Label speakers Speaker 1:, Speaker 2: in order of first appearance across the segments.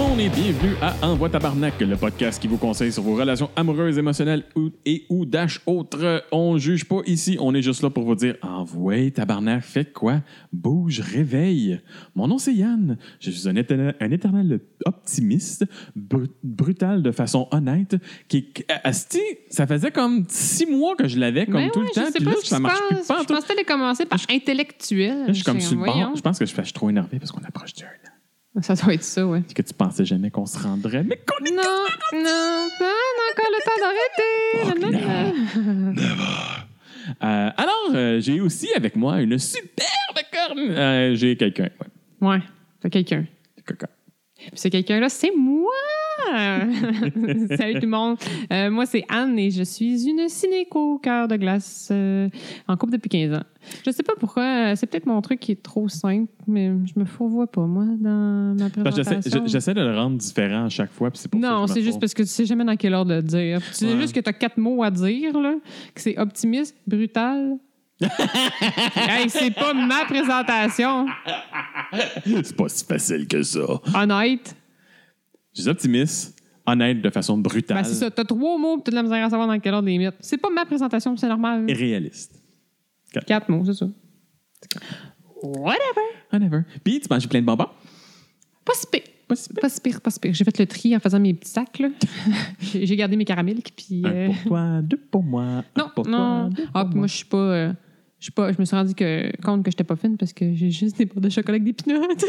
Speaker 1: bienvenue à Envoie Tabarnak, le podcast qui vous conseille sur vos relations amoureuses, émotionnelles ou, et ou dash autres. On juge pas ici, on est juste là pour vous dire Envoie Tabarnak, faites quoi Bouge, réveille. Mon nom c'est Yann, je suis un éternel, un éternel optimiste, br- brutal de façon honnête, qui asti, ça faisait comme six mois que je l'avais comme
Speaker 2: Ben
Speaker 1: tout
Speaker 2: ouais,
Speaker 1: le temps,
Speaker 2: Je sais
Speaker 1: puis
Speaker 2: pas
Speaker 1: là
Speaker 2: ce qui
Speaker 1: ça
Speaker 2: se
Speaker 1: marche plus
Speaker 2: passe.
Speaker 1: pas en
Speaker 2: Je pensais qu'elle allait commencer par intellectuel.
Speaker 1: je suis comme sur le
Speaker 2: Voyons.
Speaker 1: bord. Je pense que je, fais- je suis trop énervé parce qu'on approche du 1 an.
Speaker 2: Ça doit être ça, ouais.
Speaker 1: Est-ce que tu pensais jamais qu'on se rendrait? Mais qu'on
Speaker 2: Non, non, non, on a encore le
Speaker 1: Oh,
Speaker 2: temps d'arrêter. Nanana.
Speaker 1: Euh, alors, euh, j'ai aussi avec moi une superbe corne. Euh, j'ai quelqu'un. Ouais,
Speaker 2: Ouais, t'as quelqu'un.
Speaker 1: c'est quelqu'un.
Speaker 2: Puis ce quelqu'un-là, c'est moi! Salut tout le monde! Euh, moi, c'est Anne et je suis une cinéco cœur de glace euh, en couple depuis 15 ans. Je sais pas pourquoi, euh, c'est peut-être mon truc qui est trop simple, mais je me fourvoie pas, moi, dans ma
Speaker 1: Parce que J'essaie
Speaker 2: présentation.
Speaker 1: je- j'essaie de le rendre différent à chaque fois. puis c'est pour ça que
Speaker 2: Non,
Speaker 1: je me
Speaker 2: c'est juste
Speaker 1: trompe.
Speaker 2: parce que tu sais jamais dans quelle heure de le dire. Tu sais
Speaker 1: Ouais.
Speaker 2: juste que tu as quatre mots à dire, là, que c'est optimiste, brutal. hey, c'est pas ma présentation.
Speaker 1: C'est pas si facile que ça.
Speaker 2: Honnête.
Speaker 1: Je suis optimiste, honnête de façon brutale
Speaker 2: Ben, c'est ça. T'as trois mots pis t'as de la misère à savoir dans quelle ordre les mettre. C'est pas ma présentation, c'est normal.
Speaker 1: et réaliste.
Speaker 2: Quatre mots, c'est ça. Whatever.
Speaker 1: Whatever. Ah, Puis, tu manges plein de bonbons?
Speaker 2: Pas si pire.
Speaker 1: Pas si pire.
Speaker 2: Pas si pire, pas si pire. J'ai fait le tri en faisant mes petits sacs, là. J'ai j'ai gardé mes caramels, puis...
Speaker 1: Un
Speaker 2: euh,
Speaker 1: pour toi, deux pour moi. un
Speaker 2: Non,
Speaker 1: pour Toi,
Speaker 2: non.
Speaker 1: deux pour
Speaker 2: ah, puis moi, je suis pas. euh, je suis pas, je me suis rendu que, compte que j'étais pas fine parce que j'ai juste des barres de chocolat avec des pinottes.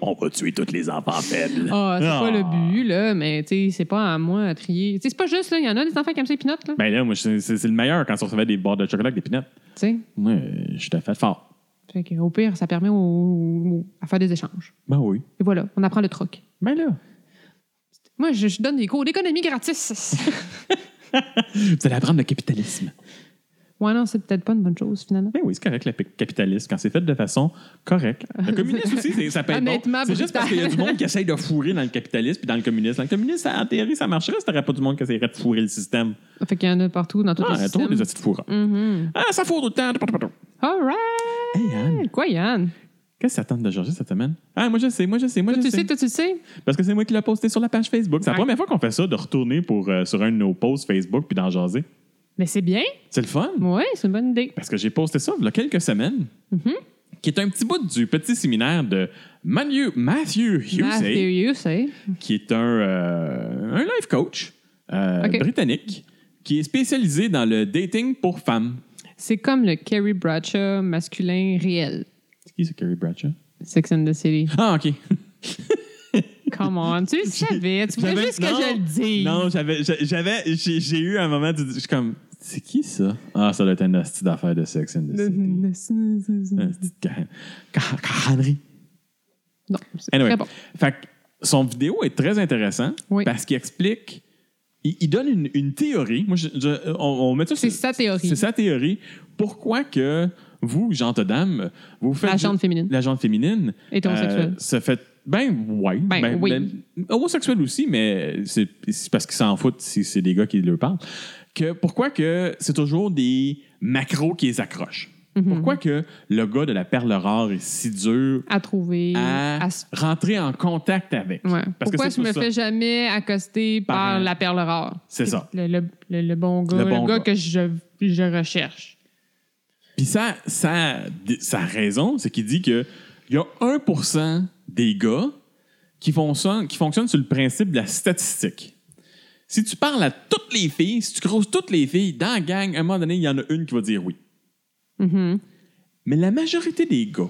Speaker 1: On va tuer tous les enfants faibles.
Speaker 2: Ah, c'est
Speaker 1: Ah.
Speaker 2: pas le but, là, mais tu sais, c'est pas à moi à trier. Tu sais, c'est pas juste, là, il y en a des enfants qui aiment ça, les pinottes, là.
Speaker 1: Ben là, moi, je- c'est c'est le meilleur quand on recevait des barres de chocolat avec des pinottes.
Speaker 2: Tu sais,
Speaker 1: Moi, euh, je suis à fait fort.
Speaker 2: Fait que, au pire, ça permet aux- aux- à faire des échanges.
Speaker 1: Ben oui.
Speaker 2: Et voilà, on apprend le troc.
Speaker 1: Ben là.
Speaker 2: Moi, je, je donne des cours d'économie gratis.
Speaker 1: Vous allez apprendre le capitalisme.
Speaker 2: ouais, non, c'est peut-être pas une bonne chose, finalement.
Speaker 1: Ben oui, c'est correct, le p- capitalisme, quand c'est fait de façon correcte. Le communisme aussi, c'est- ça peut être bon.
Speaker 2: Honnêtement,
Speaker 1: C'est juste
Speaker 2: brutal.
Speaker 1: parce qu'il y a du monde qui essaye de fourrer dans le capitalisme puis dans le communisme. Dans le communisme, ça, en théorie, ça marcherait si t'aurais pas du monde qui essaierait de fourrer le système.
Speaker 2: Fait qu'il y en a partout dans tout
Speaker 1: Ah,
Speaker 2: le
Speaker 1: trop
Speaker 2: système.
Speaker 1: des petits fourrants.
Speaker 2: Mhm.
Speaker 1: Ah, ça fourre tout le temps.
Speaker 2: All right!
Speaker 1: Hey, Anne,
Speaker 2: Quoi, Yann?
Speaker 1: qu'est-ce que ça tente de changer cette semaine? Ah, moi, je sais, moi, je sais, moi,
Speaker 2: Toi,
Speaker 1: je
Speaker 2: tu
Speaker 1: sais.
Speaker 2: sais, toi, tu sais?
Speaker 1: Parce que c'est moi qui l'ai posté sur la page Facebook. C'est la
Speaker 2: Ouais.
Speaker 1: première fois qu'on fait ça, de retourner pour, euh, sur un de nos posts Facebook puis d'en jaser.
Speaker 2: Mais c'est bien.
Speaker 1: C'est le fun.
Speaker 2: Ouais, c'est une bonne idée.
Speaker 1: parce que j'ai posté ça il y a quelques semaines, qui est un petit bout du petit séminaire de Manu- Matthew
Speaker 2: Ah,
Speaker 1: Hussey,
Speaker 2: Matthew Hussey.
Speaker 1: qui est un, euh, un life coach euh,
Speaker 2: Ok.
Speaker 1: britannique qui est spécialisé dans le dating pour femmes.
Speaker 2: C'est comme le Carrie Bradshaw masculin réel.
Speaker 1: C'est qui, ce Carrie Bradshaw?
Speaker 2: Sex and the City.
Speaker 1: Ah, OK.
Speaker 2: Come on, tu le savais. Tu voulais
Speaker 1: J'avais-
Speaker 2: juste que
Speaker 1: non,
Speaker 2: je le dise.
Speaker 1: Non, j'avais, j'a- j'avais, j'ai, j'ai eu un moment, de, je suis comme, c'est qui ça? Ah, ça doit être un hostie d'affaires de Sex and the City. Un
Speaker 2: Non,
Speaker 1: hostie de car- car- caronnerie.
Speaker 2: c'est
Speaker 1: Anyway.
Speaker 2: très bon.
Speaker 1: Fait que son vidéo est très intéressant
Speaker 2: Oui.
Speaker 1: parce qu'il explique, il, il donne une, une théorie. Moi, je- je- on, on met ça
Speaker 2: C'est
Speaker 1: sur-
Speaker 2: sa théorie.
Speaker 1: C'est sa théorie. Pourquoi que vous, gente dame, vous faites
Speaker 2: La gente féminine.
Speaker 1: la gente féminine
Speaker 2: Hétérosexuelle.
Speaker 1: euh, se fait ben ouais,
Speaker 2: Ben, oui.
Speaker 1: homosexuel aussi, mais c'est c'est parce qu'ils s'en foutent si c'est des gars qui leur parlent. Que pourquoi que c'est toujours des macros qui les accrochent.
Speaker 2: Mm-hmm.
Speaker 1: Pourquoi que le gars de la perle rare est si dur
Speaker 2: À trouver.
Speaker 1: à,
Speaker 2: à s-
Speaker 1: rentrer en contact avec.
Speaker 2: Ouais.
Speaker 1: Ah. Parce
Speaker 2: Pourquoi
Speaker 1: que
Speaker 2: je
Speaker 1: c'est
Speaker 2: me
Speaker 1: pour ça.
Speaker 2: fais jamais accoster par,
Speaker 1: Par un-
Speaker 2: la perle rare?
Speaker 1: C'est ça.
Speaker 2: Le, le- le- le bon gars,
Speaker 1: Le
Speaker 2: le,
Speaker 1: bon
Speaker 2: gars,
Speaker 1: gars.
Speaker 2: que je, je recherche.
Speaker 1: Puis ça, ça, ça a raison, c'est qu'il dit que il y a 1% des gars qui fonctionnent, qui fonctionnent sur le principe de la statistique. Si tu parles à toutes les filles, si tu creuses toutes les filles dans la gang, à un moment donné, il y en a une qui va dire oui.
Speaker 2: Mhm.
Speaker 1: Mais la majorité des gars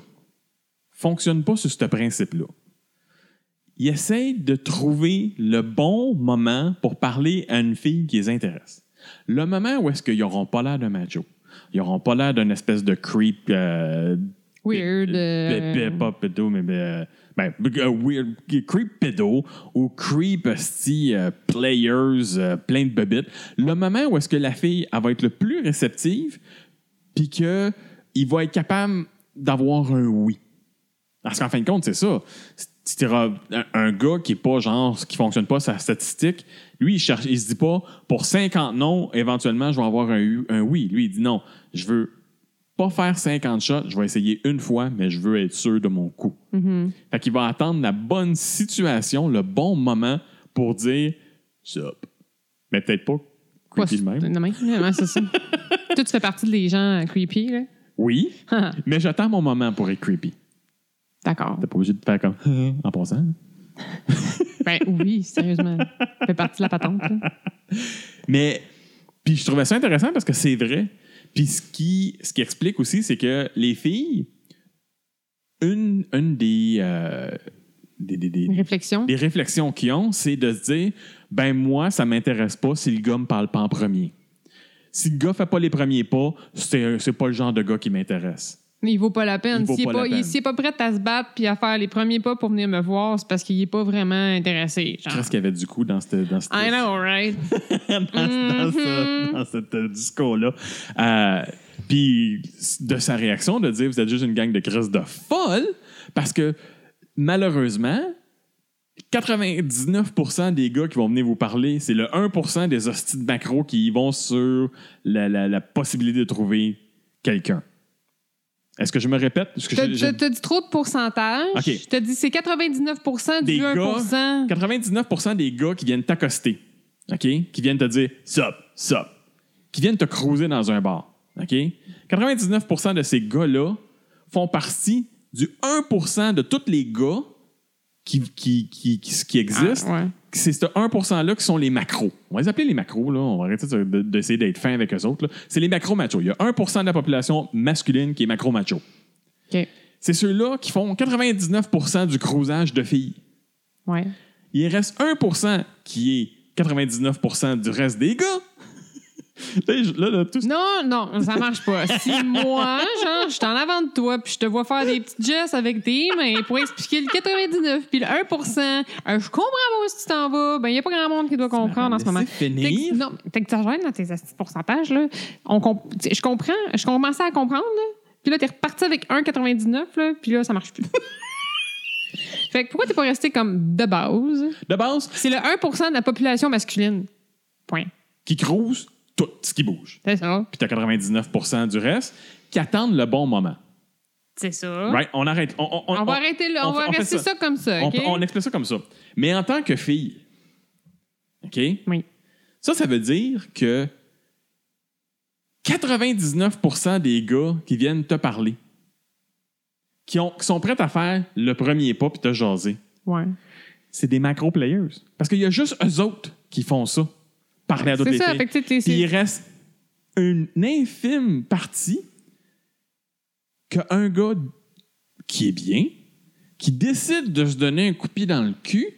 Speaker 1: fonctionnent pas sur ce principe-là. Ils essayent de trouver le bon moment pour parler à une fille qui les intéresse. Le moment où est-ce qu'ils n'auront pas l'air d'un macho. Ils n'auront pas l'air d'une espèce de creep. euh,
Speaker 2: Weird.
Speaker 1: pe- pe-
Speaker 2: euh,
Speaker 1: pe- Pas pédo, mais. euh, Ben, euh, weird, creep pédo ou creep sti, euh, players, euh, plein de bobites. Le moment où est-ce que la fille elle va être le plus réceptive, puis que il va être capable d'avoir un oui. Parce qu'en fin de compte, c'est ça. Si t'es un, un gars qui est pas genre qui fonctionne pas sa statistique, lui il cherche il se dit pas pour 50 non, éventuellement je vais avoir un, u- un oui. Lui il dit non, je veux pas faire 50 shots, je vais essayer une fois, mais je veux être sûr de mon coup.
Speaker 2: Mhm.
Speaker 1: Fait qu'il va attendre la bonne situation, le bon moment pour dire Sup. Mais peut-être pas creepy de
Speaker 2: Pas-
Speaker 1: même.
Speaker 2: de même. Ouais, c'est ça. Toi, tu fais partie des gens euh, creepy, là.
Speaker 1: Oui, mais j'attends mon moment pour être creepy.
Speaker 2: D'accord.
Speaker 1: T'es pas obligé de faire comme hein, en passant.
Speaker 2: Ben oui, sérieusement. Ça fait partie de la patente. là.
Speaker 1: Mais puis je trouvais ça intéressant parce que c'est vrai. Puis ce qui, ce qui explique aussi, c'est que les filles, une, une des, euh, des, des- des-
Speaker 2: Une réflexion.
Speaker 1: des réflexions qu'ils ont, c'est de se dire ben moi, ça m'intéresse pas si le gars me parle pas en premier. Si le gars fait pas les premiers pas, c'est c'est pas le genre de gars qui m'intéresse.
Speaker 2: Mais il vaut pas la
Speaker 1: Il
Speaker 2: peine.
Speaker 1: vaut
Speaker 2: S'il
Speaker 1: pas
Speaker 2: n'est
Speaker 1: la
Speaker 2: pas, il-
Speaker 1: peine.
Speaker 2: s'il est pas prêt à se battre puis à faire les premiers pas pour venir me voir, c'est parce qu'il n'est pas vraiment intéressé.
Speaker 1: Je
Speaker 2: Genre.
Speaker 1: pense qu'il y avait du coup dans cette dans cette-
Speaker 2: Ah. I know, right?
Speaker 1: dans, dans ce,
Speaker 2: Mhm.
Speaker 1: dans cet, euh, discours-là. Euh, Puis s- de sa réaction, de dire vous êtes juste une gang de crises de folle, parce que malheureusement, 99% des gars qui vont venir vous parler, c'est le 1% des hosties de macro qui y vont sur la, la- la possibilité de trouver quelqu'un. Est-ce que je me répète? Est-ce que
Speaker 2: T'as-
Speaker 1: j'ai-
Speaker 2: t'as- T'as dit trop de pourcentage.
Speaker 1: Ok.
Speaker 2: Je te dis c'est 99
Speaker 1: Des
Speaker 2: du
Speaker 1: gars.
Speaker 2: 1
Speaker 1: 99% des gars qui viennent t'accoster, OK? Qui viennent te dire sup, sup. Qui viennent te croiser dans un bar, OK? 99% de ces gars-là font partie du 1% de tous les gars qui, qui, qui, qui, qui existent.
Speaker 2: Ah, ouais.
Speaker 1: C'est ce 1%-là qui sont les macros. On va les appeler les macros, là. On va arrêter de- de- d'essayer d'être fin avec eux autres. là. C'est les macro-machos. Il y a 1% de la population masculine qui est macro-macho.
Speaker 2: OK.
Speaker 1: C'est ceux-là qui font 99% du crousage de filles.
Speaker 2: Ouais.
Speaker 1: Il reste 1% qui est 99% du reste des gars. là, je- là, là, tout
Speaker 2: Non, non, ça marche pas. Si moi, genre, je suis en avant de toi, puis je te vois faire des petits gestes avec tes mains pour expliquer le 99, puis le 1 euh, je comprends pas où est-ce que tu t'en vas, ben il n'y a pas grand monde qui doit comprendre en ce moment. T'ex-
Speaker 1: finir.
Speaker 2: Non, t'exagères dans tes astuces pourcentages, là. On comp- t'sais, je comprends, je commençais à comprendre, là. Puis là, t'es reparti avec 1,99, là, puis là, ça marche plus. fait que pourquoi t'es pas resté comme de base?
Speaker 1: De base,
Speaker 2: C'est le 1 de la population masculine. Point.
Speaker 1: qui crouse tout ce qui bouge.
Speaker 2: C'est ça.
Speaker 1: Puis t'as 99% du reste qui attendent le bon moment.
Speaker 2: C'est ça.
Speaker 1: Right? On arrête. On, on- on-
Speaker 2: Ah. On va arrêter là, on,
Speaker 1: on
Speaker 2: va
Speaker 1: fait- on fait
Speaker 2: rester
Speaker 1: ça.
Speaker 2: ça. comme ça,
Speaker 1: on-
Speaker 2: OK?
Speaker 1: on explique ça comme ça. Mais en tant que fille, OK?
Speaker 2: Oui.
Speaker 1: Ça, ça veut dire que 99% des gars qui viennent te parler, qui, ont, qui sont prêts à faire le premier pas puis te jaser,
Speaker 2: Ouais.
Speaker 1: c'est des macro-players. Parce qu'il y a juste eux autres qui font ça. Parler à d'autres
Speaker 2: C'est ça,
Speaker 1: filles.
Speaker 2: fait que tu sais, t'es-
Speaker 1: Puis euh, il
Speaker 2: c'est-
Speaker 1: reste une infime partie qu'un gars qui est bien, qui décide de se donner un coup de pied dans le cul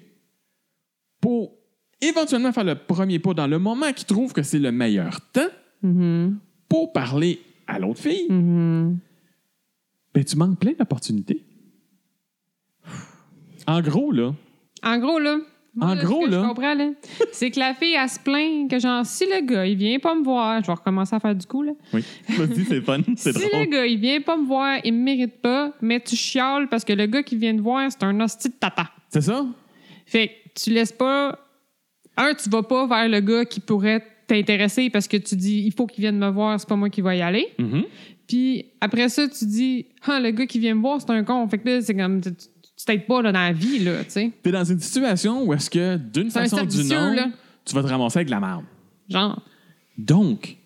Speaker 1: pour éventuellement faire le premier pas dans le moment qu'il trouve que c'est le meilleur temps
Speaker 2: Mhm,
Speaker 1: pour parler à l'autre fille,
Speaker 2: mhm.
Speaker 1: ben, tu manques plein d'opportunités. En gros, là,
Speaker 2: En gros, là. moi,
Speaker 1: En
Speaker 2: là,
Speaker 1: gros,
Speaker 2: ce que
Speaker 1: là.
Speaker 2: Je comprends, là. C'est que la fille, elle se plaint que, genre, si le gars, il vient pas me voir, je vais recommencer à faire du coup, là.
Speaker 1: oui, vas-y, c'est fun,
Speaker 2: Si le gars, il vient pas me voir, il me mérite pas, mais tu chiales parce que le gars qui vient te voir, c'est un hostie de tata.
Speaker 1: C'est ça?
Speaker 2: Fait que tu laisses pas. Un, tu vas pas vers le gars qui pourrait t'intéresser parce que tu dis, il faut qu'il vienne me voir, c'est pas moi qui vais y aller.
Speaker 1: Mhm.
Speaker 2: Puis après ça, tu dis, ah, le gars qui vient me voir, c'est un con. Fait que là, c'est comme, tu tu- tu t'aides pas là, dans la vie, là, tu sais.
Speaker 1: T'es dans une situation où est-ce que, d'une
Speaker 2: C'est un
Speaker 1: façon ou
Speaker 2: cercle
Speaker 1: d'une
Speaker 2: vicieux,
Speaker 1: autre,
Speaker 2: là.
Speaker 1: tu vas te ramasser avec de la merde.
Speaker 2: Genre,
Speaker 1: Donc,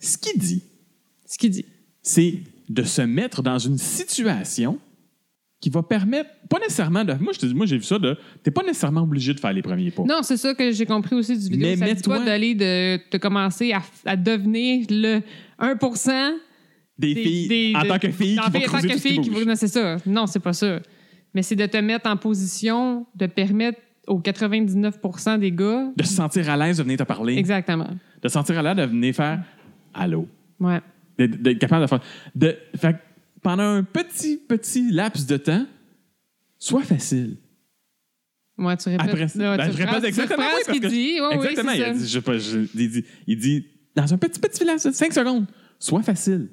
Speaker 1: ce qu'il dit,
Speaker 2: ce qu'il dit.
Speaker 1: c'est de se mettre dans une situation qui va permettre, pas nécessairement de. Moi, je te dis, moi, j'ai vu ça de. T'es pas nécessairement obligé de faire les premiers pas.
Speaker 2: Non, c'est ça que j'ai compris aussi du vidéo.
Speaker 1: Mais
Speaker 2: ça dit
Speaker 1: mets-toi-
Speaker 2: pas d'aller de, de commencer à, à devenir le 1
Speaker 1: Des, filles, en
Speaker 2: de-
Speaker 1: tant que fille,
Speaker 2: en
Speaker 1: qui va
Speaker 2: fait, en tant
Speaker 1: creuser
Speaker 2: que
Speaker 1: tout ce qui
Speaker 2: fille qui
Speaker 1: bouge.
Speaker 2: va- Non, c'est ça. Non, c'est pas ça. Mais c'est de te mettre en position de permettre aux 99 des gars.
Speaker 1: De se sentir à l'aise de venir te parler.
Speaker 2: Exactement.
Speaker 1: De se sentir à l'aise de venir faire Allô.
Speaker 2: Ouais.
Speaker 1: D'être d'être capable de faire. De, fait que pendant un petit, petit laps de temps, sois facile.
Speaker 2: Moi, tu répètes.
Speaker 1: Après,
Speaker 2: là,
Speaker 1: ben,
Speaker 2: tu
Speaker 1: je
Speaker 2: reprends-
Speaker 1: répète
Speaker 2: tu
Speaker 1: exactement
Speaker 2: reprends
Speaker 1: oui,
Speaker 2: ce
Speaker 1: parce
Speaker 2: qu'il
Speaker 1: que-
Speaker 2: dit. Ouais, Ah oui,
Speaker 1: exactement.
Speaker 2: c'est
Speaker 1: il, a
Speaker 2: ça.
Speaker 1: dit, je sais pas, je- il dit, il dit, dans un petit, petit village de 5 secondes, sois facile.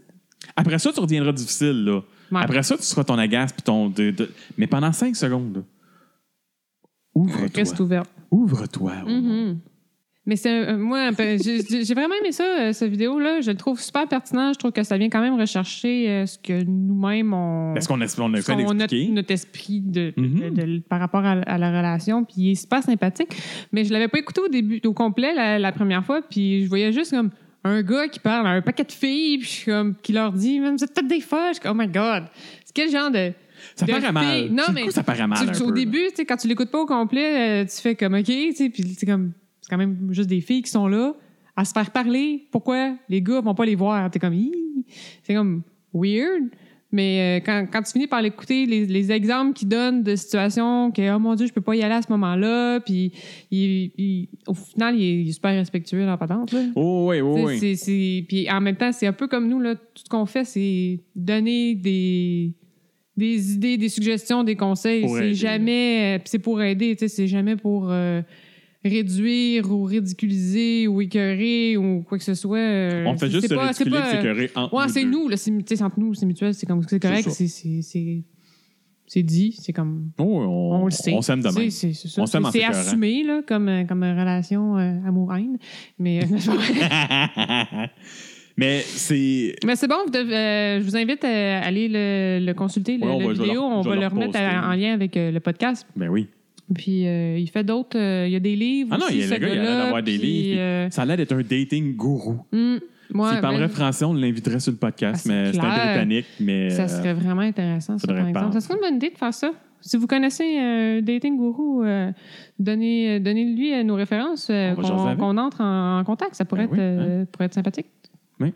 Speaker 1: Après ça, tu reviendras difficile. Là.
Speaker 2: Ouais.
Speaker 1: Après ça, tu seras ton agace. Puis ton, de- de- mais pendant 5 secondes, là, ouvre-toi.
Speaker 2: Reste ouvert.
Speaker 1: Mm-hmm. Ouvre-toi. au monde.
Speaker 2: Mhm. Mais c'est un- un- moi, un peu- j'ai j'ai vraiment aimé ça, euh, cette vidéo-là. Je le trouve super pertinent. Je trouve que ça vient quand même rechercher euh, ce que nous-mêmes on.
Speaker 1: Parce Ben, qu'on a, on a
Speaker 2: ce
Speaker 1: fait
Speaker 2: qu'on- notre,
Speaker 1: d'expliquer.
Speaker 2: notre esprit de, de-
Speaker 1: Mhm.
Speaker 2: de- de- par rapport à, à la relation, puis il est super sympathique. Mais je l'avais pas écouté au début, au complet la, la première fois, puis je voyais juste comme un gars qui parle à un paquet de filles, puis je suis comme, qui leur dit, même vous êtes toutes des folles. Je suis comme, oh my god, c'est quel genre de.
Speaker 1: Ça
Speaker 2: de
Speaker 1: paraît mal.
Speaker 2: filles. Non,
Speaker 1: Sur le
Speaker 2: mais
Speaker 1: coup, ça paraît mal.
Speaker 2: Tu-
Speaker 1: un
Speaker 2: tu- au
Speaker 1: peu, là.
Speaker 2: début, tu sais, quand tu l'écoutes pas au complet, euh, tu fais comme OK, tu sais, puis c'est comme c'est quand même juste des filles qui sont là à se faire parler. Pourquoi les gars vont pas les voir T'es comme Hi! c'est comme weird. Mais euh, quand, quand tu finis par l'écouter, les, les exemples qu'ils donnent de situations que oh mon dieu, je peux pas y aller à ce moment-là, puis il- il- au final, il est, il est super respectueux dans la patente. là.
Speaker 1: Oh, oui, oui,
Speaker 2: Tu sais,
Speaker 1: oui.
Speaker 2: c'est- c'est- Puis en même temps, c'est un peu comme nous, là, tout ce qu'on fait, c'est donner des, des idées, des suggestions, des conseils.
Speaker 1: Pour aider.
Speaker 2: C'est jamais. euh, puis c'est pour aider, tu sais, c'est jamais pour euh, réduire ou ridiculiser ou écœurer ou quoi que ce soit. euh,
Speaker 1: On fait
Speaker 2: c'est-
Speaker 1: juste
Speaker 2: c'est
Speaker 1: se
Speaker 2: pas- c'est
Speaker 1: ridiculer
Speaker 2: pas,
Speaker 1: de
Speaker 2: euh,
Speaker 1: s'écœurer entre
Speaker 2: Ouais, c'est
Speaker 1: deux.
Speaker 2: nous, là, c'est tu sais, c'est entre nous, c'est mutuel, c'est comme c'est correct,
Speaker 1: ça.
Speaker 2: c'est- c'est- c'est c'est dit, c'est comme.
Speaker 1: Oh, on,
Speaker 2: On, le sait.
Speaker 1: on s'aime de
Speaker 2: Tu sais,
Speaker 1: même.
Speaker 2: C'est c'est ça.
Speaker 1: On s'aime en
Speaker 2: C'est
Speaker 1: s'écœurant.
Speaker 2: assumé là, comme, euh, comme une relation euh, amoureuse. Mais euh,
Speaker 1: Mais c'est.
Speaker 2: Mais c'est bon, vous devez- euh, je vous invite à aller le, le consulter, le,
Speaker 1: Ouais, on
Speaker 2: le
Speaker 1: va- je vais
Speaker 2: vidéo.
Speaker 1: leur-
Speaker 2: on
Speaker 1: je
Speaker 2: va
Speaker 1: vais
Speaker 2: le
Speaker 1: leur
Speaker 2: remettre
Speaker 1: poster.
Speaker 2: à- en lien avec euh, le podcast.
Speaker 1: Ben oui.
Speaker 2: Puis euh, il fait d'autres. euh, il y a des livres.
Speaker 1: Ah non,
Speaker 2: aussi,
Speaker 1: il y a-
Speaker 2: ce
Speaker 1: le gars, il a l'air
Speaker 2: gars-là,
Speaker 1: d'avoir des
Speaker 2: puis,
Speaker 1: livres, puis-
Speaker 2: euh,
Speaker 1: Ça a l'air d'être un dating gourou.
Speaker 2: hum, ouais,
Speaker 1: S'il parlerait
Speaker 2: ben,
Speaker 1: français, on l'inviterait sur le podcast,
Speaker 2: Ah, c'est
Speaker 1: mais c'est un
Speaker 2: clair.
Speaker 1: Britannique, mais.
Speaker 2: Ça
Speaker 1: euh,
Speaker 2: serait vraiment intéressant, ça,
Speaker 1: faudrait
Speaker 2: par exemple.
Speaker 1: parler.
Speaker 2: Ça serait une bonne idée de faire ça. Si vous connaissez un dating guru, euh, donnez, lui nos références, euh,
Speaker 1: On va jaser
Speaker 2: qu'on
Speaker 1: avec.
Speaker 2: qu'on entre en, en contact. Ça pourrait,
Speaker 1: Ben oui,
Speaker 2: être, euh, pourrait être sympathique.
Speaker 1: Oui.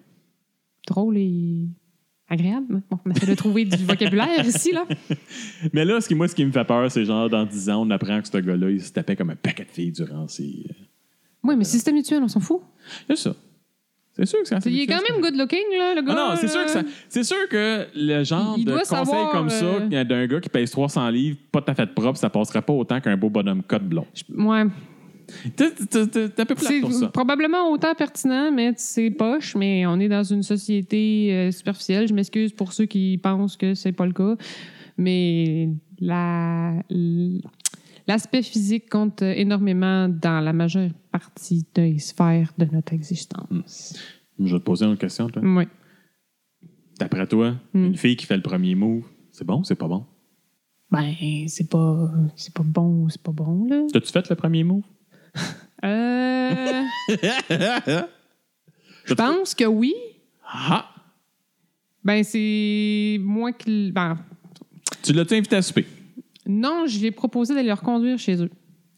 Speaker 2: Drôle et agréable. Bon, on essaie de trouver du vocabulaire ici, là.
Speaker 1: Mais là, ce qui, moi, ce qui me fait peur, c'est genre dans 10 ans, on apprend que ce gars-là, il se tapait comme un paquet de filles durant ses. euh,
Speaker 2: Oui, mais si c'était mutuel, on s'en fout.
Speaker 1: C'est ça. C'est sûr que ça
Speaker 2: Il est quand même good looking, là, le gars.
Speaker 1: Ah non, c'est sûr, que ça- c'est sûr que le genre
Speaker 2: Il
Speaker 1: de
Speaker 2: doit
Speaker 1: conseil
Speaker 2: savoir,
Speaker 1: comme ça
Speaker 2: euh,
Speaker 1: qu'il y a d'un gars qui pèse 300 livres, pas tout à fait propre, ça passerait pas autant qu'un beau bonhomme code blond.
Speaker 2: Ouais.
Speaker 1: T'es t'es- t'es- t'es un peu plate
Speaker 2: C'est
Speaker 1: pour ça.
Speaker 2: probablement autant pertinent, mais c'est poche. Mais on est dans une société euh, superficielle. Je m'excuse pour ceux qui pensent que c'est pas le cas. Mais la- l- l'aspect physique compte énormément dans la majeure partie des sphères de notre existence.
Speaker 1: Je vais te poser une question, toi.
Speaker 2: Oui.
Speaker 1: Hmm. D'après toi,
Speaker 2: Mm.
Speaker 1: une fille qui fait le premier move, c'est bon ou c'est pas bon?
Speaker 2: Ben, c'est pas, c'est pas bon ou c'est pas bon, là.
Speaker 1: T'as-tu fait le premier move?
Speaker 2: Euh,
Speaker 1: ah!
Speaker 2: je pense que oui. Ben, c'est moi qui. l- Ben,
Speaker 1: Tu l'as-tu invité à souper?
Speaker 2: non, je lui ai proposé d'aller le reconduire chez eux.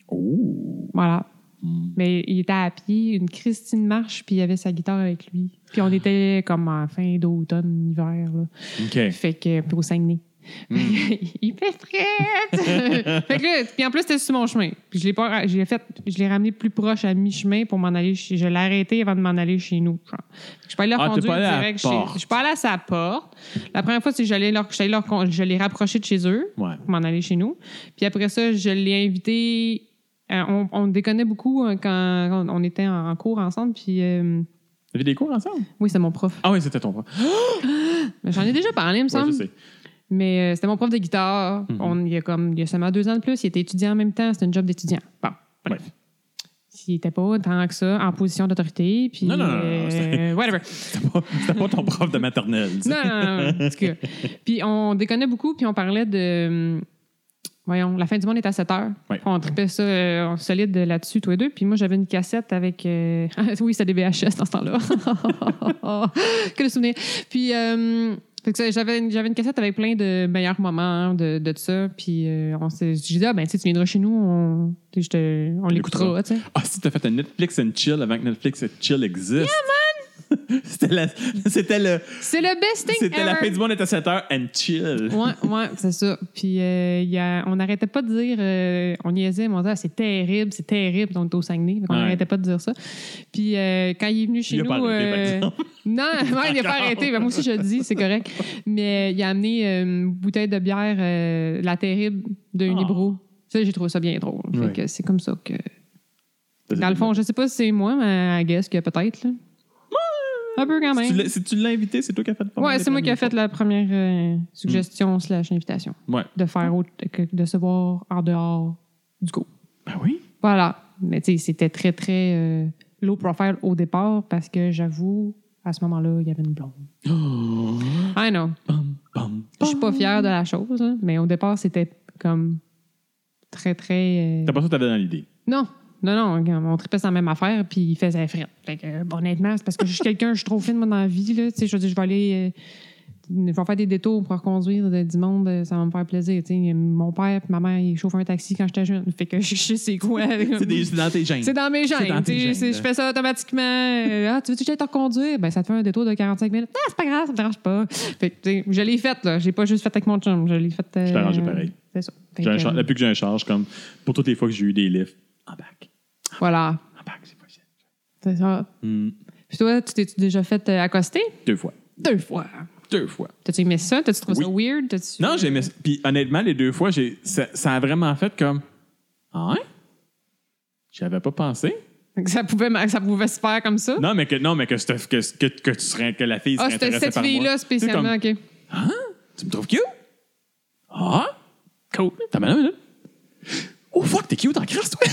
Speaker 1: Oh!
Speaker 2: Voilà.
Speaker 1: Mm.
Speaker 2: Mais il était à pied, une Christine marche, puis il avait sa guitare avec lui. Puis on était comme en fin d'automne, hiver, là.
Speaker 1: OK.
Speaker 2: Fait que, puis au Saguenay.
Speaker 1: Mm.
Speaker 2: il fait fret! fait que là, puis en plus, c'était sur mon chemin. Puis je l'ai pas, je l'ai fait, je l'ai ramené plus proche à mi-chemin pour m'en aller chez, je l'ai arrêté avant de m'en aller chez nous. genre. Je suis pas allée leur
Speaker 1: Ah, t'es
Speaker 2: conduire
Speaker 1: pas allée à la
Speaker 2: direct
Speaker 1: porte.
Speaker 2: chez, je suis pas allée à sa porte. La première fois, c'est que j'allais leur, j'allais leur, con- je l'ai rapproché de chez eux
Speaker 1: Ouais.
Speaker 2: pour m'en aller chez nous. Puis après ça, je l'ai invité. euh, on, on déconnait beaucoup hein, quand on, on était en, en cours ensemble. Puis euh,
Speaker 1: Vous avez des cours ensemble?
Speaker 2: oui, c'est mon prof.
Speaker 1: Ah oui, c'était ton prof.
Speaker 2: Mais J'en ai déjà parlé, il me
Speaker 1: Ouais, je
Speaker 2: semble.
Speaker 1: sais.
Speaker 2: mais euh, c'était mon prof de guitare.
Speaker 1: Mhm.
Speaker 2: on, il, y a comme, il y a seulement deux ans de plus. Il était étudiant en même temps. C'était un job d'étudiant. Bon.
Speaker 1: Ouais.
Speaker 2: Il était pas tant que ça en position d'autorité. Puis,
Speaker 1: Non, non, non, non,
Speaker 2: euh,
Speaker 1: c'est-
Speaker 2: whatever.
Speaker 1: C'était pas, c'était pas ton prof de maternelle. tu sais.
Speaker 2: Non, non, non, non. En tout cas. Puis on déconnait beaucoup, puis on parlait de. hum, Voyons, la fin du monde est à 7 heures.
Speaker 1: Ouais.
Speaker 2: On tripait ça euh, en solide là-dessus, tous les deux. Puis moi, j'avais une cassette avec. euh, oui, c'était des VHS dans ce temps-là. que de souvenirs. Puis. hum, fait que ça, j'avais une, j'avais une cassette avec plein de meilleurs moments de, de ça. Puis euh, on s'est je disais, ah, ben, tu sais, tu viendras chez nous, on, tu sais, je te- on l'écoutera. tu sais.
Speaker 1: Ah, si t'as fait un Netflix and chill avant que Netflix and chill existe. Yeah, man! c'était la- c'était le.
Speaker 2: C'est le best thing
Speaker 1: C'était
Speaker 2: ever.
Speaker 1: la fin du monde était à 7 heures and chill.
Speaker 2: Ouais, ouais, c'est ça. Puis euh, il y a- on n'arrêtait pas de dire, euh, on niaisait, mais on disait, Ah, c'est terrible, c'est terrible, donc au Saguenay. on
Speaker 1: Ouais.
Speaker 2: n'arrêtait pas de dire ça. Puis euh, quand il est venu chez
Speaker 1: Il a
Speaker 2: nous.
Speaker 1: pas arrêté, par
Speaker 2: euh,
Speaker 1: exemple.
Speaker 2: non, ouais, il n'a pas arrêté. Ben, moi aussi, je le dis, c'est correct. Mais euh, il a amené euh, une bouteille de bière, euh, la terrible, de
Speaker 1: Ah.
Speaker 2: Unibro. Ça, j'ai trouvé ça bien drôle. Fait
Speaker 1: Ouais.
Speaker 2: que c'est comme ça que. Dans le fond, je sais pas si c'est moi, mais I guess que peut-être. là. Un peu quand
Speaker 1: Si tu
Speaker 2: même.
Speaker 1: l'as- si tu l'as invité, c'est toi qui as fait le
Speaker 2: Ouais, c'est moi qui ai fait la première euh, suggestion slash invitation
Speaker 1: Ouais.
Speaker 2: de faire autre, que de se voir en dehors du coup.
Speaker 1: Ben oui.
Speaker 2: Voilà. Mais tu sais, c'était très, très euh, low profile au départ parce que j'avoue, à ce moment-là, il y avait une blonde. I know.
Speaker 1: Pam, pam.
Speaker 2: Je suis pas fière de la chose, hein, mais au départ, c'était comme très, très. euh,
Speaker 1: T'as pas ça, t'avais dans l'idée.
Speaker 2: Non, non, non. comme On tripait sans même affaire, puis il faisait fret. Fait que, euh, honnêtement, c'est parce que je suis quelqu'un, je suis trop fine, moi, dans la vie. Là. Tu sais, Je veux dire, je vais aller. euh, je vais faire des détours pour reconduire de- du monde, euh, ça va me faire plaisir. Tu sais, Mon père et ma mère, ils chauffaient un taxi quand j'étais jeune. Fait que je sais c'est quoi.
Speaker 1: C'est des- c'est dans tes gènes.
Speaker 2: C'est dans mes
Speaker 1: C'est dans
Speaker 2: gènes.
Speaker 1: tes
Speaker 2: tu sais,
Speaker 1: gènes.
Speaker 2: c'est- Je fais ça automatiquement. Euh, Ah, tu veux-tu que j'aille te reconduire? Ben, ça te fait un détour de 45 minutes. Ah, c'est pas grave, ça me dérange pas. Fait que, tu sais, je l'ai faite, là. J'ai pas juste fait avec mon chum. Je l'ai faite. euh,
Speaker 1: Je t'ai arrangé pareil.
Speaker 2: C'est ça. Fait
Speaker 1: J'ai un
Speaker 2: que,
Speaker 1: char-
Speaker 2: euh,
Speaker 1: Depuis que j'ai un charge, comme pour toutes les fois que j'ai eu des lifts, en bac.
Speaker 2: Voilà.
Speaker 1: En bac, c'est possible.
Speaker 2: C'est ça.
Speaker 1: Hmm.
Speaker 2: Puis toi, tu t'es déjà fait euh, accoster?
Speaker 1: Deux fois.
Speaker 2: Deux fois.
Speaker 1: Deux fois.
Speaker 2: T'as-tu aimé ça? T'as-tu trouvé ça weird? T'as-tu-
Speaker 1: Non, j'aimais ça. Puis honnêtement, les deux fois, j'ai- ça, ça a vraiment fait comme. Ah ouais? J'y avais pas pensé.
Speaker 2: Que Ça pouvait, ma- ça pouvait se faire comme ça?
Speaker 1: Non, mais que, non, mais que, c'était- que, que, que tu serais, que la fille
Speaker 2: Ah,
Speaker 1: serait
Speaker 2: c'était
Speaker 1: intéressée
Speaker 2: cette
Speaker 1: par moi.
Speaker 2: fille-là
Speaker 1: Tu sais,
Speaker 2: spécialement,
Speaker 1: comme,
Speaker 2: OK.
Speaker 1: tu me trouves cute? Ah? Cool. T'as mal à la minute. Oh fuck, t'es cute en crasse, toi!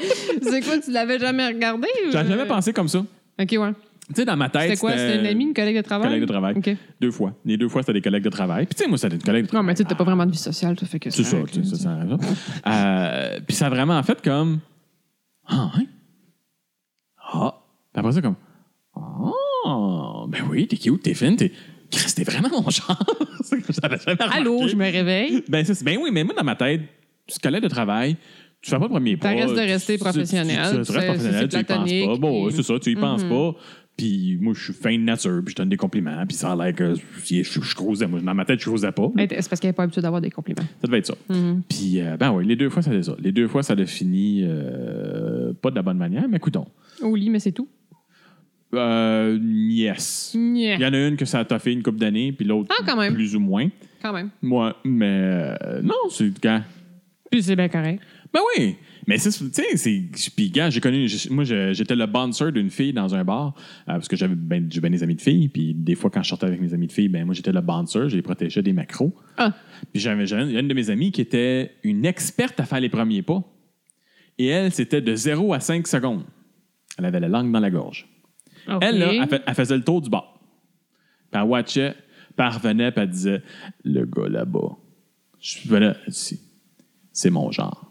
Speaker 2: C'est quoi, tu l'avais jamais regardé? ou- euh?
Speaker 1: J'avais jamais pensé comme ça.
Speaker 2: OK, ouais.
Speaker 1: Tu sais, dans ma tête.
Speaker 2: C'était quoi? C'était une amie, une collègue de travail?
Speaker 1: Collègue de travail.
Speaker 2: OK.
Speaker 1: Deux fois. Les deux fois, c'était des collègues de travail. Puis, tu sais, moi, c'était une collègue de
Speaker 2: Non,
Speaker 1: travail.
Speaker 2: mais tu sais, t'as pas vraiment de vie sociale, ça fait que
Speaker 1: C'est ça,
Speaker 2: correct,
Speaker 1: tu
Speaker 2: là,
Speaker 1: sais, ça,
Speaker 2: tu sais.
Speaker 1: ça arrive. Euh, Puis ça a vraiment en fait comme. Ah, hein? Ah! Puis après ça, comme. Ah! Ben oui, t'es cute, t'es fine, t'es. Christ, t'es vraiment mon genre! C'est comme J'avais jamais remarqué.
Speaker 2: Allô, je me réveille.
Speaker 1: Ben, ça, c'est- ben oui, mais moi, dans ma tête, tu te collègues de travail, tu fais pas le premier pas.
Speaker 2: restes de
Speaker 1: tu-
Speaker 2: rester
Speaker 1: tu- tu-
Speaker 2: professionnel,
Speaker 1: Tu, tu
Speaker 2: c'est-
Speaker 1: restes professionnel,
Speaker 2: c'est
Speaker 1: tu y penses pas.
Speaker 2: platonique, Mhm.
Speaker 1: Bon,
Speaker 2: puis-
Speaker 1: c'est ça, tu y penses pas. Puis moi, je suis fin de nature, puis je donne des compliments, puis ça a l'air que je, je, je creusais. Moi, dans ma tête, je creusais pas.
Speaker 2: Elle était- C'est parce qu'elle n'est pas habituée d'avoir des compliments.
Speaker 1: Ça devait être ça.
Speaker 2: Mhm.
Speaker 1: Puis, euh, ben oui, les deux fois, ça a été ça. Les deux fois, ça a fini euh, pas de la bonne manière, mais écoutons.
Speaker 2: Au lit, mais c'est tout.
Speaker 1: Euh, yes.
Speaker 2: Nya.
Speaker 1: Il y en a une que ça t'a fait une couple d'années, puis l'autre,
Speaker 2: Ah, quand même.
Speaker 1: plus ou moins.
Speaker 2: Quand même.
Speaker 1: Moi, mais euh, non, c'est quand.
Speaker 2: Puis c'est bien correct.
Speaker 1: Ben oui! Mais c'est, tu sais, c'est. Puis, gars, j'ai connu. j'ai- Moi, je- j'étais le bouncer d'une fille dans un bar, euh, parce que j'avais ben, j'ai ben des amis de filles, puis des fois, quand je sortais avec mes amis de filles, ben moi, j'étais le bouncer, je les protégeais des macros.
Speaker 2: Ah.
Speaker 1: Puis, j'avais j'avais une, une de mes amies qui était une experte à faire les premiers pas. Et elle, c'était de 0 à 5 secondes. Elle avait la langue dans la gorge.
Speaker 2: OK.
Speaker 1: Elle, là, elle, fait- elle faisait le tour du bar. Puis elle watchait, puis elle revenait, puis elle disait Le gars là-bas. Je venais ici. C'est mon genre.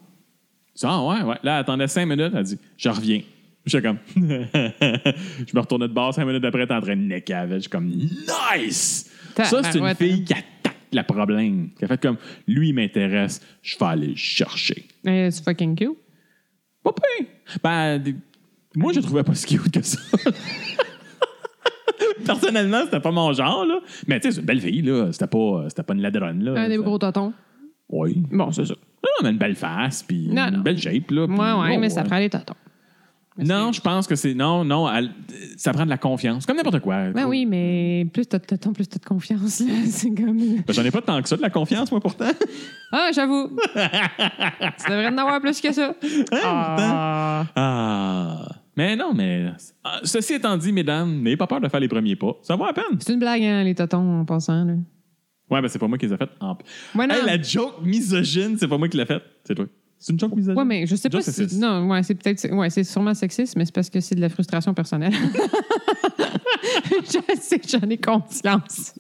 Speaker 1: Je dis, ah ouais, ouais. Là, elle attendait cinq minutes, elle dit Je reviens. J'étais comme Je me retournais de bar cinq minutes après, t'es en train de necker avec. Je suis comme Nice!
Speaker 2: Ta-
Speaker 1: Ça, c'est une
Speaker 2: barouette,
Speaker 1: fille
Speaker 2: hein.
Speaker 1: qui attaque le problème. Qui a fait comme Lui, il m'intéresse, je vais aller le chercher.
Speaker 2: Euh, c'est fucking cute.
Speaker 1: Pas pire. Ben, des- moi, je trouvais pas si cute que ça. Personnellement, c'était pas mon genre, là. Mais tu sais, c'est une belle fille, là. C'était pas, euh, c'était pas une ladronne, là.
Speaker 2: Un des
Speaker 1: Ça-
Speaker 2: gros tontons.
Speaker 1: Oui.
Speaker 2: Bon, c'est ça.
Speaker 1: Non, non, mais une belle face, puis
Speaker 2: Non,
Speaker 1: une
Speaker 2: non.
Speaker 1: belle shape, là.
Speaker 2: Ouais,
Speaker 1: puis-
Speaker 2: ouais,
Speaker 1: oh,
Speaker 2: mais ça prend les tontons.
Speaker 1: Non, je pense que c'est. Non, non, elle- ça prend de la confiance. Comme n'importe quoi.
Speaker 2: Ben oui, mais plus t'as de tontons, plus t'as de confiance. là. c'est comme.
Speaker 1: Ben, J'en ai pas tant que ça de la confiance, moi, pourtant. Hein,
Speaker 2: Ah, j'avoue. tu devrais en avoir plus que ça. Ah.
Speaker 1: Ah. Mais non, mais. Ah, Ceci étant dit, mesdames, n'ayez pas peur de faire les premiers pas. Ça vaut à peine.
Speaker 2: C'est une blague, hein, les tontons, en passant. Là.
Speaker 1: Ouais, ben c'est pas moi qui les a faites. En...
Speaker 2: Ouais, non.
Speaker 1: Hey, la joke misogyne, c'est pas moi qui l'a faite, c'est toi. C'est une joke misogyne.
Speaker 2: Ouais, mais je sais pas
Speaker 1: Just
Speaker 2: si.
Speaker 1: sexiste.
Speaker 2: Non, ouais, c'est peut-être. Ouais, c'est sûrement sexiste, mais c'est parce que c'est de la frustration personnelle. je sais, j'en ai conscience.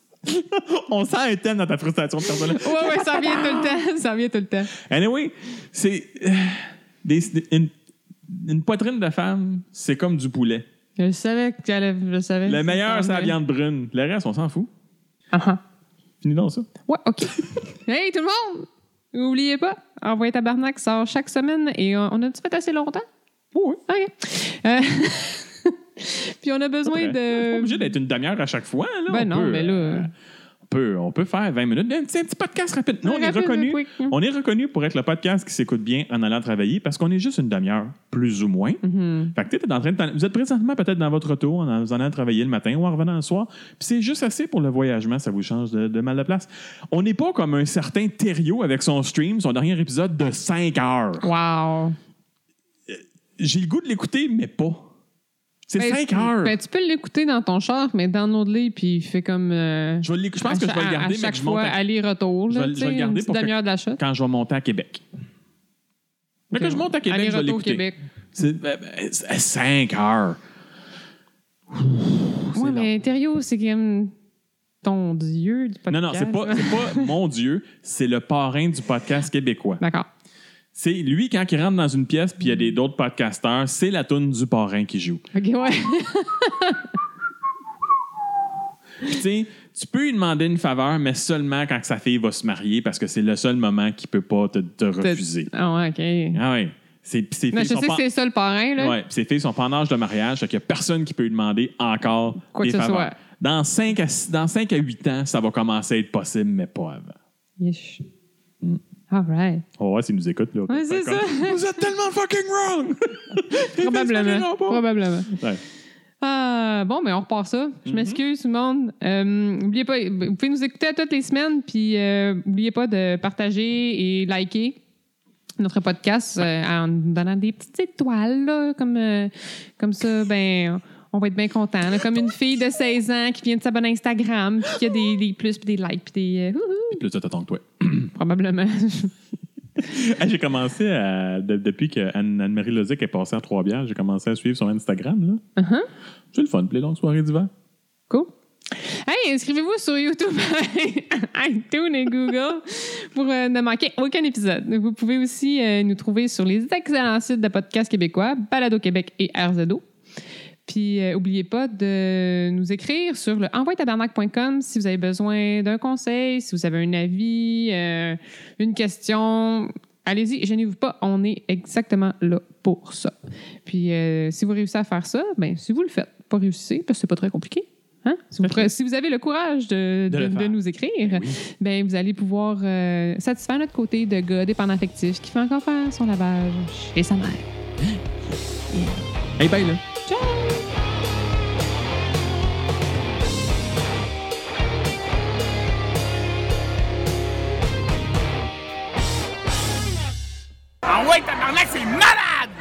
Speaker 1: On sent un thème dans ta frustration personnelle.
Speaker 2: Ouais, ouais, ça vient tout le temps. Ça vient tout le temps.
Speaker 1: Anyway, c'est. euh, des- une, une poitrine de femme, c'est comme du poulet.
Speaker 2: Je savais que tu allais. Je savais.
Speaker 1: Le meilleur, c'est la
Speaker 2: allait.
Speaker 1: viande brune. Le reste, on s'en fout.
Speaker 2: Ah, ah.
Speaker 1: Fini dans ça.
Speaker 2: Ouais, OK. hey, tout le monde! N'oubliez pas, Envoyez Tabarnak sort chaque semaine et on, on a-tu fait assez longtemps?
Speaker 1: Oui,
Speaker 2: OK. Euh, Puis on a besoin
Speaker 1: Pas
Speaker 2: de.
Speaker 1: obligé d'être une demi-heure à chaque fois. Là.
Speaker 2: Ben
Speaker 1: On
Speaker 2: non,
Speaker 1: peut,
Speaker 2: mais là,
Speaker 1: euh, on, peut, on peut faire 20 minutes. Un petit, un petit podcast rapide. Nous,
Speaker 2: Ouais,
Speaker 1: on est
Speaker 2: rapide,
Speaker 1: reconnu.
Speaker 2: quick.
Speaker 1: On est reconnu pour être le podcast qui s'écoute bien en allant travailler parce qu'on est juste une demi-heure, plus ou moins.
Speaker 2: Mhm.
Speaker 1: Fait que t'es en train de- vous êtes présentement peut-être dans votre auto en vous en allant travailler le matin ou en revenant le soir. Puis c'est juste assez pour le voyagement, ça vous change de, de mal de place. On n'est pas comme un certain Thériault avec son stream, son dernier épisode de 5 heures.
Speaker 2: Wow!
Speaker 1: J'ai le goût de l'écouter, mais pas. C'est
Speaker 2: Ben,
Speaker 1: 5
Speaker 2: tu-
Speaker 1: heures.
Speaker 2: ben, tu peux l'écouter dans ton char, mais download-le, puis fais comme. euh,
Speaker 1: je, vais l'écou- je pense
Speaker 2: à
Speaker 1: que je vais
Speaker 2: cha-
Speaker 1: le garder,
Speaker 2: À
Speaker 1: mais
Speaker 2: chaque
Speaker 1: que je monte
Speaker 2: fois,
Speaker 1: à-
Speaker 2: aller-retour.
Speaker 1: Je
Speaker 2: là,
Speaker 1: vais-
Speaker 2: tu
Speaker 1: je vais
Speaker 2: sais,
Speaker 1: le garder
Speaker 2: une petite
Speaker 1: pour que-
Speaker 2: demi-heure de la chute.
Speaker 1: quand je vais monter à Québec. Mais quand je monte à Québec, je vais
Speaker 2: Aller-retour
Speaker 1: l'écouter.
Speaker 2: Québec.
Speaker 1: C'est euh, euh, c'est- euh, cinq heures. C'est
Speaker 2: Oui,
Speaker 1: long.
Speaker 2: mais Thériault, c'est comme ton dieu du podcast.
Speaker 1: Non, non, c'est pas, c'est pas mon Dieu, c'est le parrain du podcast québécois.
Speaker 2: D'accord.
Speaker 1: C'est lui, quand il rentre dans une pièce puis il y a des- d'autres podcasteurs, c'est la toune du parrain qui joue.
Speaker 2: OK, ouais.
Speaker 1: Puis, tu sais, tu peux lui demander une faveur, mais seulement quand sa fille va se marier parce que c'est le seul moment qu'il peut pas te, te refuser.
Speaker 2: Ah, ouais, OK.
Speaker 1: Ah oui. Ses, puis ses
Speaker 2: Mais
Speaker 1: filles
Speaker 2: je
Speaker 1: sont
Speaker 2: sais que
Speaker 1: pas,
Speaker 2: c'est ça le parrain, là.
Speaker 1: ouais, puis ses filles sont pas en âge de mariage, donc il n'y a personne qui peut lui demander encore
Speaker 2: Quoi
Speaker 1: des
Speaker 2: que ce
Speaker 1: faveurs.
Speaker 2: soit.
Speaker 1: Dans 5, à, six- dans 5 à 8 ans, ça va commencer à être possible, mais pas avant.
Speaker 2: Yesh. Mm. All right.
Speaker 1: On va voir s'ils nous écoutent. Là,
Speaker 2: Ouais, c'est
Speaker 1: Comme,
Speaker 2: ça.
Speaker 1: Vous êtes tellement fucking wrong!
Speaker 2: Probablement.
Speaker 1: Probablement.
Speaker 2: Probablement.
Speaker 1: Ouais.
Speaker 2: Ah, bon, mais on repart ça. Je m'excuse, tout le monde. Euh, oubliez pas, vous pouvez nous écouter à toutes les semaines, puis euh, oubliez pas de partager et liker notre podcast euh, en nous donnant des petites étoiles, là, comme, euh, comme ça, ben. On va être bien content. Comme une fille de 16 ans qui vient de s'abonner à Instagram, puis qui a des, des plus, puis des likes, puis des. euh,
Speaker 1: Puis plus de t'attends que toi.
Speaker 2: probablement.
Speaker 1: Ah, j'ai commencé à- de- depuis que Anne- Anne-Marie Lozic est passée en trois bières, j'ai commencé à suivre sur Instagram. là.
Speaker 2: Uh-huh.
Speaker 1: C'est le fun, puis les longues soirées d'hiver.
Speaker 2: Cool. Hey, inscrivez-vous sur YouTube, iTunes et Google pour euh, ne manquer aucun épisode. Vous pouvez aussi euh, nous trouver sur les excellents sites de podcasts québécois, Balado Québec et RZO. Puis, euh, oubliez pas de nous écrire sur le envoyetabarnac.com si vous avez besoin d'un conseil, si vous avez un avis, euh, une question. Allez-y, gênez-vous pas, on est exactement là pour ça. Puis, euh, si vous réussissez à faire ça, ben si vous le faites, pas réussir, parce que c'est pas très compliqué. Hein? Si, vous
Speaker 1: Faites-le.
Speaker 2: pre- si vous avez le courage de,
Speaker 1: De
Speaker 2: de-
Speaker 1: le faire.
Speaker 2: de nous écrire,
Speaker 1: Ben
Speaker 2: ben,
Speaker 1: oui.
Speaker 2: vous allez pouvoir euh, satisfaire notre côté de gars dépendant affectif qui fait encore faire son lavage chez sa mère. Eh
Speaker 1: Hey,
Speaker 2: ben,
Speaker 1: bye là!
Speaker 3: Ah ouais, tabarnak, c'est malade!